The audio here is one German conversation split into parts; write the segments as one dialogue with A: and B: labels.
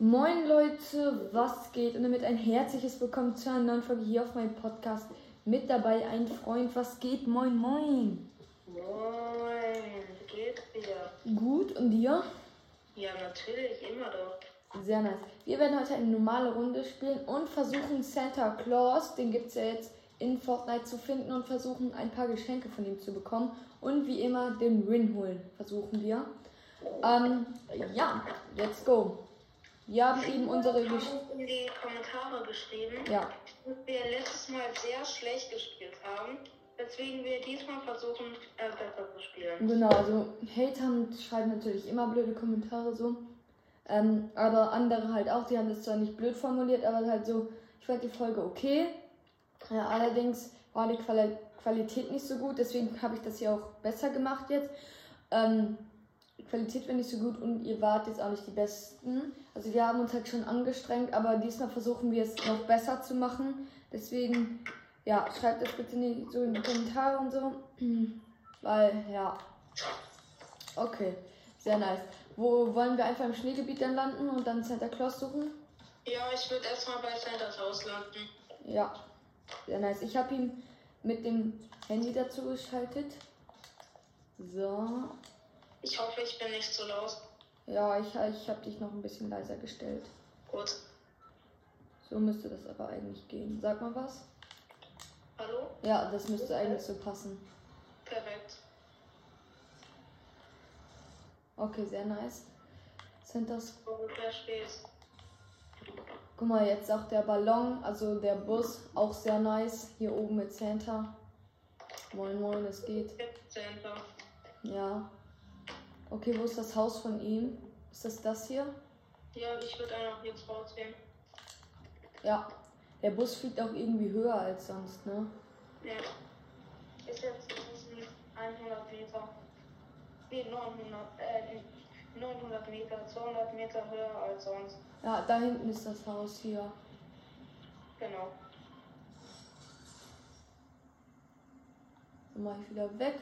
A: Moin Leute, was geht? Und damit ein herzliches Willkommen zu einer neuen Folge hier auf meinem Podcast. Mit dabei ein Freund, was geht? Moin, moin.
B: Moin, wie geht's dir?
A: Gut, und dir?
B: Ja, natürlich, immer doch.
A: Sehr nice. Wir werden heute eine normale Runde spielen und versuchen Santa Claus, den gibt's ja jetzt in Fortnite zu finden und versuchen ein paar Geschenke von ihm zu bekommen. Und wie immer den Win holen, versuchen wir. Ähm, ja, let's go. Wir haben eben unsere
B: Ich
A: Gesch
B: habe in die Kommentare geschrieben,
A: Ja,
B: dass wir letztes Mal sehr schlecht gespielt haben, weswegen wir diesmal versuchen, äh, besser zu spielen.
A: Genau, also Hater schreiben natürlich immer blöde Kommentare so. Ähm, aber andere halt auch, die haben das zwar nicht blöd formuliert, aber halt so, ich fand die Folge okay. Ja, allerdings war die Quali Qualität nicht so gut, deswegen habe ich das hier auch besser gemacht jetzt. Ähm, die Qualität war nicht so gut und ihr wart jetzt auch nicht die Besten. Also wir haben uns halt schon angestrengt, aber diesmal versuchen wir es noch besser zu machen. Deswegen, ja, schreibt das bitte nicht so in die Kommentare und so. Weil, ja. Okay, sehr nice. Wo wollen wir einfach im Schneegebiet dann landen und dann Santa Claus suchen?
B: Ja, ich würde erstmal bei Santas Haus landen.
A: Ja, sehr nice. Ich habe ihn mit dem Handy dazu geschaltet. So.
B: Ich hoffe, ich bin nicht zu laut.
A: Ja, ich, ich habe dich noch ein bisschen leiser gestellt.
B: Gut.
A: So müsste das aber eigentlich gehen. Sag mal was.
B: Hallo?
A: Ja, das müsste eigentlich so passen.
B: Perfekt.
A: Okay, sehr nice. Santa's
B: Ungefähr stehst
A: Guck mal, jetzt auch der Ballon, also der Bus, auch sehr nice. Hier oben mit Santa. Moin, moin, es geht.
B: Santa.
A: Ja. Okay, wo ist das Haus von ihm? Ist das das hier?
B: Ja, ich würde einfach jetzt rausgehen.
A: Ja. Der Bus fliegt auch irgendwie höher als sonst, ne?
B: Ja. Ist jetzt zwischen 100 Meter. Nee, 900, äh, 900 Meter, 200 Meter höher als sonst.
A: Ja, da hinten ist das Haus hier.
B: Genau.
A: Dann mache ich wieder weg.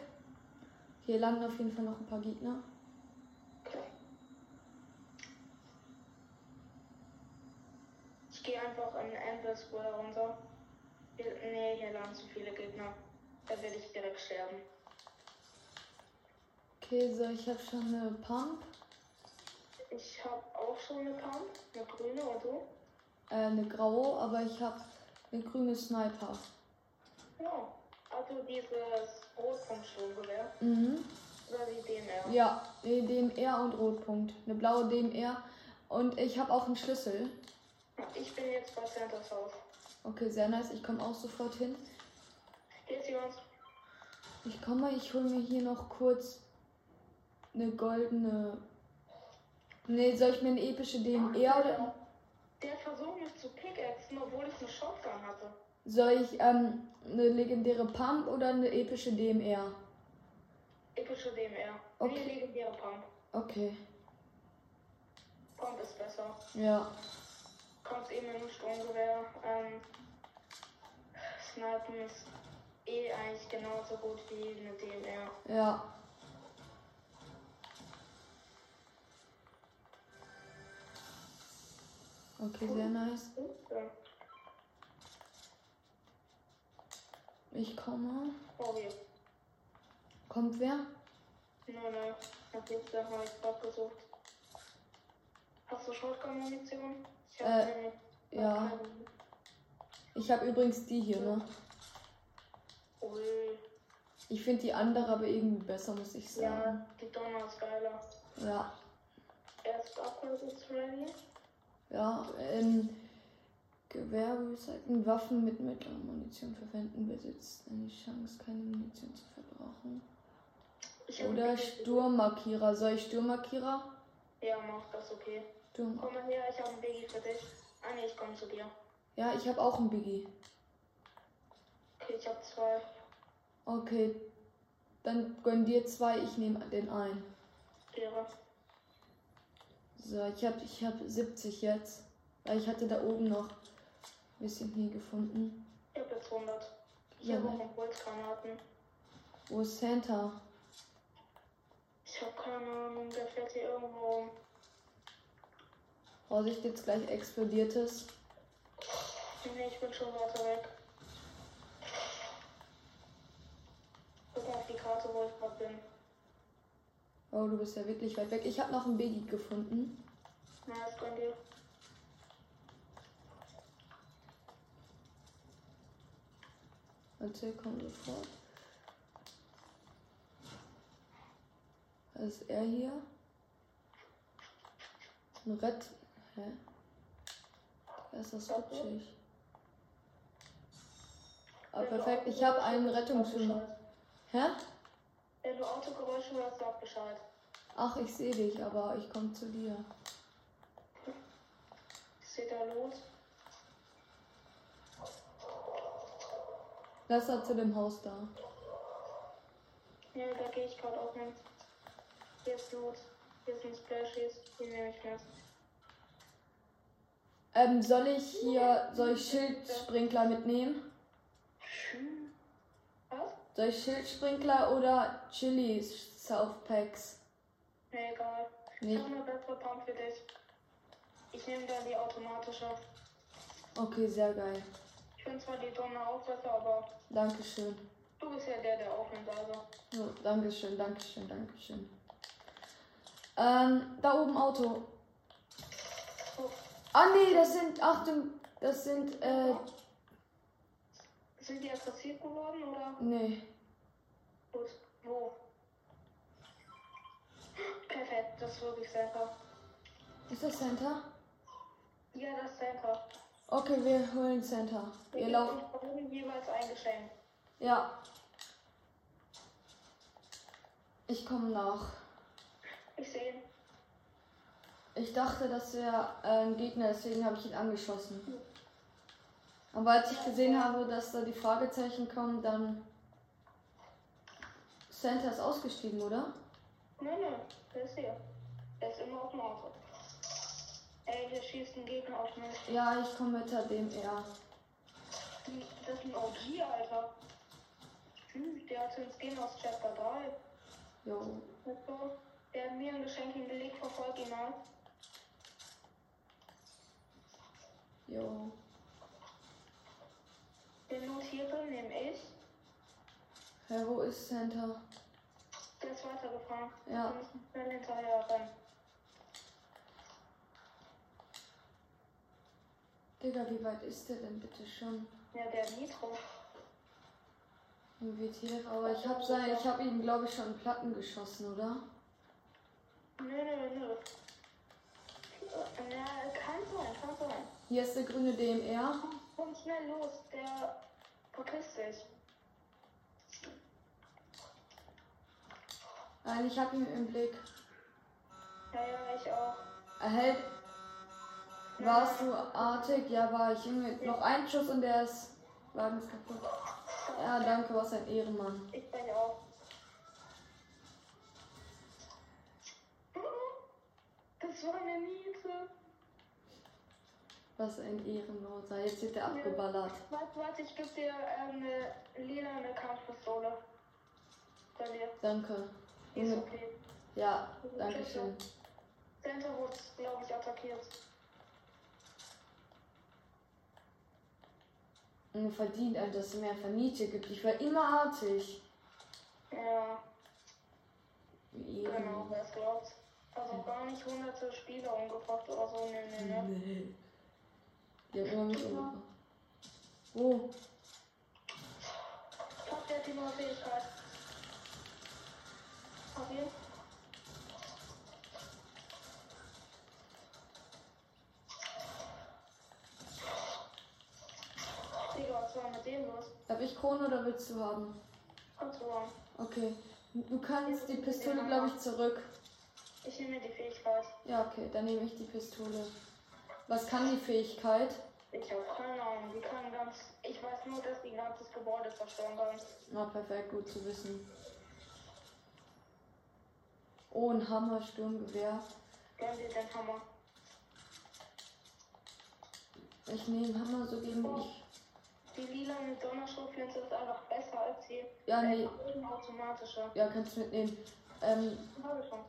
A: Hier landen auf jeden Fall noch ein paar Gegner.
B: Ich gehe einfach in Endless Square runter. Hier, nee, hier landen zu viele Gegner. Da werde ich direkt sterben.
A: Okay, so, ich habe schon eine Pump.
B: Ich habe auch schon eine Pump, eine grüne und du?
A: Äh, eine graue, aber ich habe eine grüne Sniper.
B: Ja. Also dieses Rotpunktschulgewehr
A: Mhm.
B: oder die DMR.
A: Ja, die DMR und Rotpunkt. Eine blaue DMR. Und ich habe auch einen Schlüssel.
B: Ich bin jetzt bei Santas Haus.
A: Okay, sehr nice. Ich komme auch sofort hin.
B: Hier ist jemand.
A: Ich komme, ich hole mir hier noch kurz eine goldene. Nee, soll ich mir eine epische DMR oder
B: Der versucht mich zu pickaxen, obwohl ich eine Shotgun hatte.
A: soll ich ähm, eine legendäre Pump oder eine epische DMR?
B: Epische DMR.
A: Okay.
B: Nee, legendäre Pump.
A: Okay,
B: Pump ist besser.
A: ja.
B: Kommt eh eben mit einem Sturmgewehr. Ähm, Snipen ist eh eigentlich genauso gut wie eine DMR.
A: Ja. Okay, sehr nice.
B: Ja.
A: Ich komme.
B: Oh, hier.
A: Kommt wer?
B: Nö, nö. Nach jetzt habe ich gerade gesucht. Hast du Shotgun-Munition? Ich hab
A: Äh,
B: keine-
A: Ja.
B: keine.
A: Ich habe übrigens die hier, ne?
B: Ui.
A: Ich finde die andere aber irgendwie besser, muss ich sagen.
B: Ja, die Donner ist geiler.
A: Ja.
B: Erst abgesetzt, Rally.
A: Ja. ähm, Gewehr, recyceln, Waffen mit mittlerer Munition verwenden, besitzt eine Chance, keine Munition zu verbrauchen.
B: Ich hab
A: Oder
B: Pickaxe.
A: Sturmmarkierer. Soll ich Sturmmarkierer?
B: Ja, mach das okay.
A: Sturm.
B: Komm mal her, ich habe einen Biggie für dich. Ah ne, ich komme zu dir.
A: Ja, ich habe auch einen Biggie.
B: Okay, ich habe zwei.
A: Okay. Dann gönn dir zwei, ich nehme den einen.
B: Ehre.
A: So, ich habe ich hab 70 jetzt. Weil ich hatte da oben noch ein bisschen hier gefunden.
B: Ich habe jetzt 100. Ich
A: Ja,
B: habe
A: ne?
B: auch Impulsgranaten.
A: Wo ist Santa?
B: Ich habe keine Ahnung, der fährt hier irgendwo rum.
A: Vorsicht, jetzt gleich explodiert es.
B: Nee, ich bin schon weiter weg. Guck mal auf die Karte, wo ich gerade bin.
A: Oh, du bist ja wirklich weit weg. Ich habe noch ein Biggie gefunden.
B: Na, ist gönn dir.
A: Erzähl, komm sofort. Ist er hier? Ein Red. Hä? Er ist das rutschig. Ah, perfekt. Ich habe einen Rettungsschirm. Hä?
B: Wenn du Autogeräusche hörst, sag Bescheid.
A: Ach, ich sehe dich, aber ich komme zu dir.
B: Was geht da los?
A: Lass er zu dem Haus da.
B: Ja, da gehe ich gerade auch hin. Hier ist Loot. Hier sind Splashies. Die nehme ich mit.
A: Ähm, soll ich hier, soll ich Schildsprinkler mitnehmen?
B: Hm. Was?
A: Soll ich Schildsprinkler oder Chili Southpacks?
B: Nee, egal. Ich
A: Nee.
B: habe eine bessere Pump für dich. Ich nehme dann die automatische.
A: Okay, sehr geil.
B: Ich finde zwar die Donner auch besser, aber
A: Dankeschön.
B: du bist ja der, der aufnimmt, also.
A: So, Dankeschön, Dankeschön, Dankeschön. Ähm, da oben Auto.
B: Oh,
A: Ah nee, das sind, Achtung, das sind, äh,
B: sind die aggressiv geworden oder?
A: nee.
B: Gut, wo? Perfekt, das ist wirklich Sanka.
A: Ist das Center?
B: Ja, das ist Sanka.
A: Okay, wir holen Center. Ihr lauft.
B: Ich brauche jeweils ein Geschenk.
A: Ja. Ich komme nach.
B: Ich sehe ihn.
A: Ich dachte, das wäre äh, ein Gegner, deswegen habe ich ihn angeschossen. Aber als ich gesehen habe, dass da die Fragezeichen kommen, dann. Santa ist ausgestiegen, oder?
B: Nein, nein, der ist hier. Der ist immer auf dem Auto. Ey, der schießt einen Gegner auf mich.
A: Ja, ich komme hinter dem eher.
B: Die- Das ist ein OG, Alter. Hm, Der hat den Skin aus Chapter 3.
A: Jo.
B: Weißt du, Der hat mir ein Geschenk hingelegt, genau. verfolgt ihn mal.
A: Jo.
B: Den Loot hier drin nehme ich.
A: Hä, wo ist Santa?
B: Der ist weitergefahren.
A: Ja.
B: Wir müssen schnell hinterher rennen.
A: Digga, wie weit ist der denn bitte schon?
B: Ja, der Nitro.
A: Im WTF, aber ich habe sein, ich habe ihn, glaube ich, schon in Platten geschossen, oder?
B: Nö, nö, nö. Na, kann sein, kann sein.
A: Hier ist der grüne DMR.
B: Komm schnell los, der verpisst sich.
A: Nein, ich habe ihn im Blick.
B: Ja, ja, ich auch.
A: Erhält. Warst du artig? Ja, war ich. Junge, noch ein Schuss und der ist. Wagen ist kaputt. Ja, danke, was ein Ehrenmann.
B: Ich bin auch. Das war eine Niete.
A: Was ein Ehrenloser. Jetzt wird er abgeballert.
B: Warte, warte, ich geb dir ähm, eine lila eine Kampfpistole. Bei dir.
A: Danke.
B: Die ist
A: Junge,
B: okay.
A: Ja, danke schön.
B: Santa wurde, glaube ich, attackiert.
A: Junge, verdient ein, dass es mehr Verniete gibt. Ich war immer artig.
B: Ja,
A: Wie
B: genau,
A: Ehrenmann.
B: wer es glaubt. Also gar nicht hunderte Spieler umgebracht oder so. ne, Nee, nee, nee.
A: Nee. Die haben immer mich umgebracht. Oh,
B: Fuck, der hat die neue Fähigkeit. Hab ihn. Digga, was war mit dem los?
A: darf ich Krone oder willst du haben?
B: Kommt zusammen.
A: Okay. Du kannst die Pistole, glaube ich, zurück.
B: Ich nehme mir die Fähigkeit.
A: Ja, okay, dann nehme ich die Pistole. Was kann die Fähigkeit?
B: Ich habe keine Ahnung. Die kann ganz. Ich weiß nur, dass die ganzes Gebäude zerstören kann.
A: Na, perfekt, gut zu wissen. Oh, ein Hammer, Sturmgewehr.
B: Gönn dir den Hammer.
A: Ich nehme Hammer so gegen ich.
B: Die lila mit Donnerschrotflinte ist einfach besser als die
A: Ja, nee.
B: äh, automatische.
A: Ja, kannst du mitnehmen. Ähm,
B: Habe ich schon.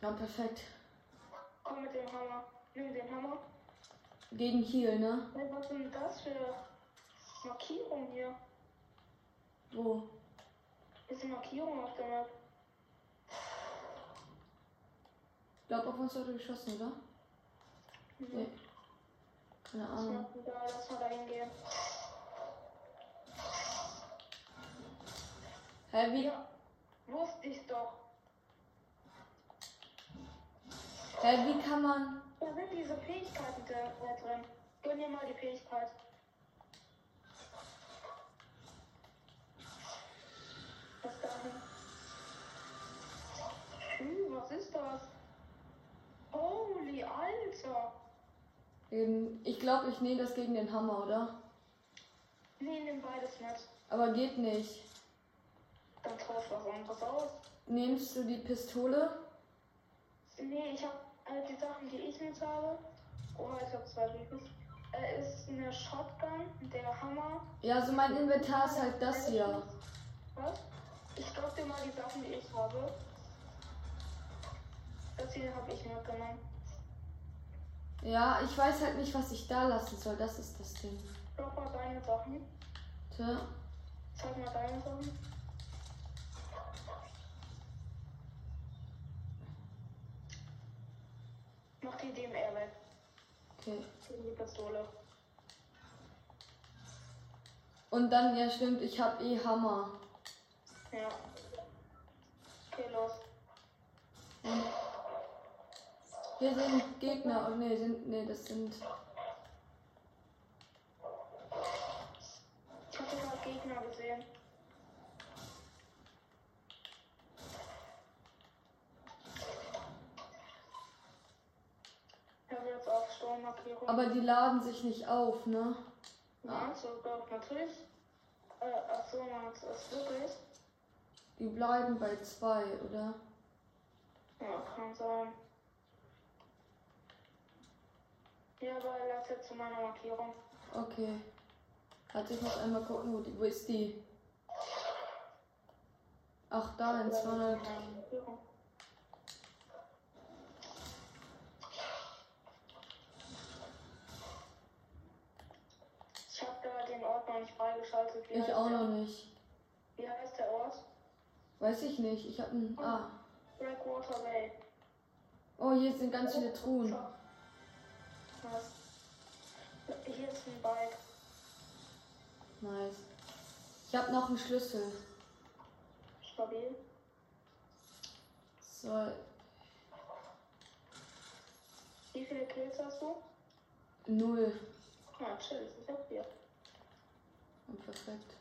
A: ja, perfekt.
B: Komm mit dem Hammer. Nimm den Hammer.
A: Gegen Kiel, ne?
B: Hey, was sind das für Markierungen hier?
A: Wo?
B: Ist eine Markierung auf der Map?
A: Ich glaube, auf uns hat er geschossen, oder? Nee. ah. Keine
B: Lass
A: Ahnung.
B: mal, da, lass mal da hingehen.
A: Hä, wie,
B: Ja, wusste ich doch.
A: hä, wie kann man.
B: Da sind diese Fähigkeiten da, da drin. Gönn dir mal die Fähigkeit. Was dahin? Hm, was ist das? Holy Alter!
A: Gegen, ich glaube, ich nehme das gegen den Hammer, oder?
B: Nee, nimm beides mit.
A: Aber geht nicht.
B: Dann tausch was anderes aus.
A: Nimmst du die Pistole?
B: Nee, ich hab äh, die Sachen, die ich mit habe. Oh, ich hab zwei Rücken. Äh, ist eine Shotgun, der Hammer.
A: Ja, so mein Inventar ist halt das hier.
B: Was? Ich glaub dir mal die Sachen, die ich habe. Das hier habe ich mitgenommen.
A: Ja, ich weiß halt nicht, was ich da lassen soll. Das ist das Ding.
B: Glaub mal deine Sachen.
A: Tja.
B: Zeig mal deine Sachen. Mach die DMR weg.
A: Okay.
B: Die Pistole.
A: Und dann, ja, stimmt, ich habe eh Hammer.
B: Ja. Okay, los.
A: Hier sind Gegner. Oh, nee, sind, nee, das sind.
B: Ich habe gerade Gegner gesehen. Er will jetzt auf Sturmmarkierung.
A: Aber die laden sich nicht auf, ne?
B: ja, so, doch, natürlich. oh Äh, ach so, Max, ist wirklich.
A: Die bleiben bei zwei, oder?
B: Ja, kann sein. Ja, aber lass jetzt zu meiner Markierung.
A: Okay. Warte, ich muss einmal gucken, wo, die, wo ist die? Ach, da in 200.
B: Markierung. Ich habe da den Ort noch nicht freigeschaltet. Wie heißt
A: Ich auch
B: der?
A: noch nicht.
B: Wie heißt der Ort?
A: Weiß ich nicht. Ich habe ein. Ah.
B: Blackwater Bay.
A: Oh, hier sind ganz viele Truhen.
B: Was? Hier ist ein Bike.
A: Nice. Ich habe noch einen Schlüssel.
B: Stabil.
A: So,
B: Wie viele Kills hast du?
A: null.
B: Na, chill, ich hab hier.
A: Und perfekt.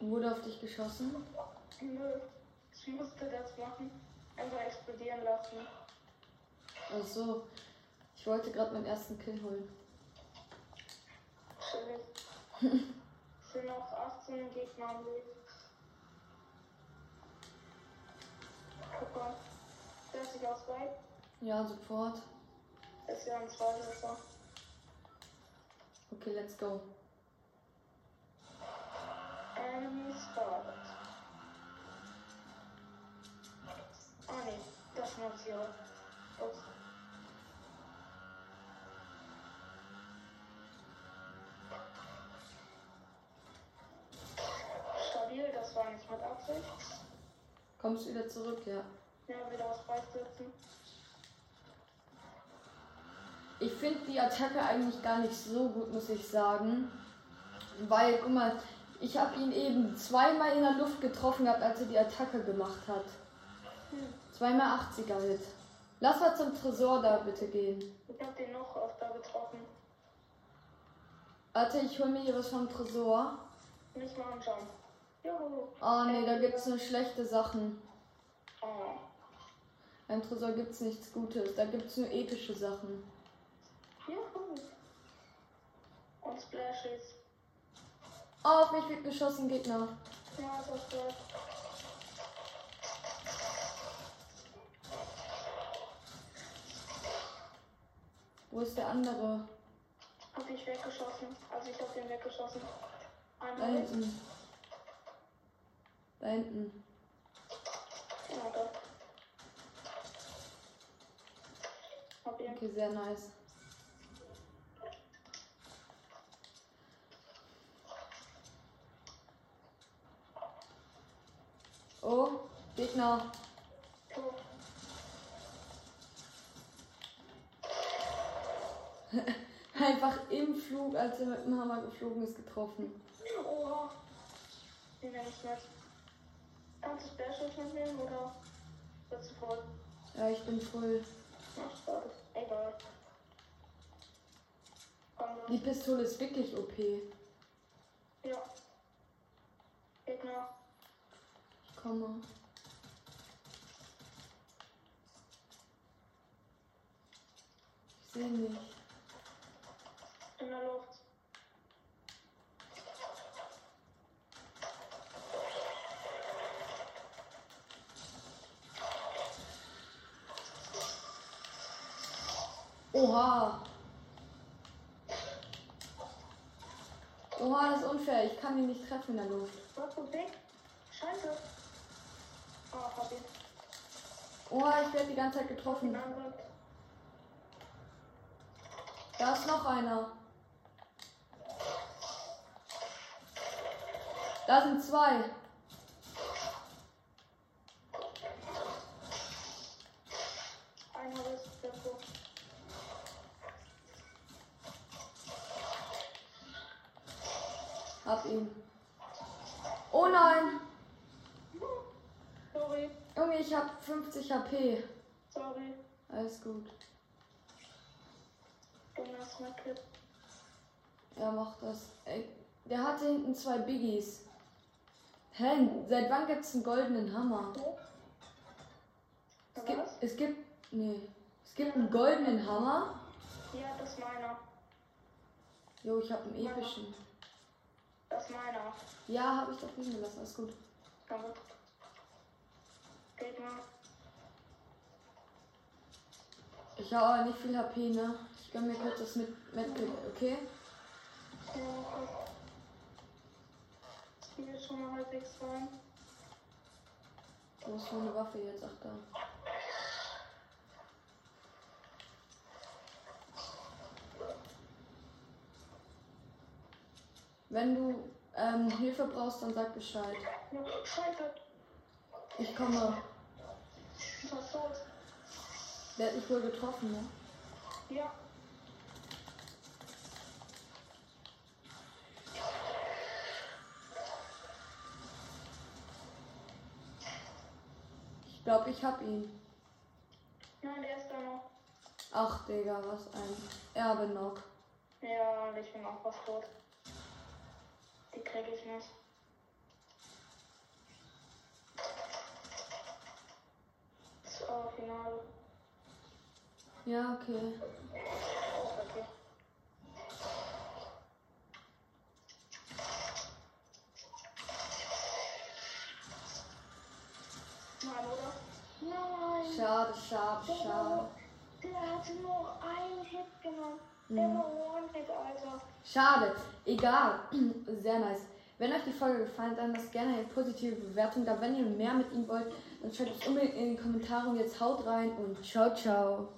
A: Wurde auf dich geschossen?
B: Nö. Ich musste das machen. Einfach explodieren lassen.
A: Ach so. Ich wollte gerade meinen ersten Kill holen.
B: Chillig. Es sind noch 18 Gegner am Weg. Guck mal. Setz dich aufs Bike.
A: Ja, sofort.
B: Das ist ja ein Zweiwasser.
A: Okay, let's go.
B: Enemy spotted. Ah ne, das sind noch Tiere. Ups. Stabil, das war nicht mit Absicht.
A: Kommst wieder zurück, ja.
B: Ja, wieder aufs Bein sitzen.
A: Ich finde die Attacke eigentlich gar nicht so gut, muss ich sagen. Weil, guck mal, ich habe ihn eben zweimal in der Luft getroffen gehabt, als er die Attacke gemacht hat.
B: Hm.
A: Zweimal 80er Hit. Lass mal zum Tresor da bitte gehen.
B: Ich hab den noch öfter getroffen.
A: Warte, ich hol mir hier was vom Tresor.
B: Nicht mal einen Jump. Juhu.
A: Oh nee, da gibt's nur schlechte Sachen.
B: Oh.
A: Beim Tresor gibt's nichts Gutes, da gibt's nur epische Sachen.
B: Juhu. Und Splashes.
A: Oh, auf mich wird geschossen, Gegner.
B: Ja, das wird.
A: Wo ist der andere?
B: Hab ich weggeschossen. Also ich hab den weggeschossen.
A: Da
B: Einmal.
A: hinten. Da hinten.
B: Ja, doch. Hab ihn.
A: Okay, sehr nice. Oh, Gegner.
B: Oh.
A: Einfach im Flug, als er mit dem Hammer geflogen ist, getroffen.
B: Oha. Den nehme ich mit. Kannst du Speerschiff mitnehmen oder bist du voll?
A: Ja, ich bin voll.
B: Ach, schade. Egal. Komm,
A: Die Pistole ist wirklich OP. Ich
B: ja. Gegner.
A: komme. Ich sehe nicht.
B: In der Luft.
A: Oha. Oha, das ist unfair. Ich kann ihn nicht treffen in der Luft.
B: Was so dick? Scheiße. Ah, hab ihn.
A: Oha, ich werde die ganze Zeit getroffen.
B: Nein,
A: Da ist noch einer. Da sind zwei.
B: einer ist der Kopf.
A: Hab ihn. Oh nein.
B: Sorry,
A: Junge, ich hab 50 HP.
B: sorry.
A: Alles gut.
B: Gegner ist mein Clip.
A: Er macht das. Ey, der hatte hinten zwei Biggies. Hä? Seit wann gibt's einen goldenen Hammer? Es gibt,
B: Was?
A: es gibt, nee, es gibt einen goldenen Hammer.
B: Ja, das ist meiner.
A: Jo, ich hab einen epischen.
B: Das ist meiner.
A: Ja, hab ich doch liegen gelassen, alles gut.
B: Aber Gegner.
A: Ich habe aber nicht viel HP, ne? Ich gönn mir kurz das mit Medkit, okay?
B: Ja, ich will schon mal halbwegs rein.
A: Wo ist meine Waffe jetzt? Ach da. Wenn du ähm, Hilfe brauchst, dann sag Bescheid.
B: Ja, Scheiße.
A: Ich komme.
B: Was ist los?
A: Der hat mich wohl getroffen, ne?
B: Ja.
A: Ich glaube, ich hab ihn.
B: Nein, der ist da noch.
A: Ach, Digga, was ein Erbe noch.
B: Ja, und ich bin auch was tot. Die krieg ich nicht. Das Original.
A: Ja, okay.
B: Oh, okay. Nein, oder? Nein!
A: Schade, schade,
B: Der
A: schade.
B: war- Der hatte nur einen Hit genommen. Der war One-Hit, Alter.
A: Schade. Egal. Sehr nice. Wenn euch die Folge gefallen hat, dann lasst gerne eine positive Bewertung da. Wenn ihr mehr mit ihm wollt, dann schreibt es unbedingt in die Kommentare. Und jetzt haut rein und ciao, ciao.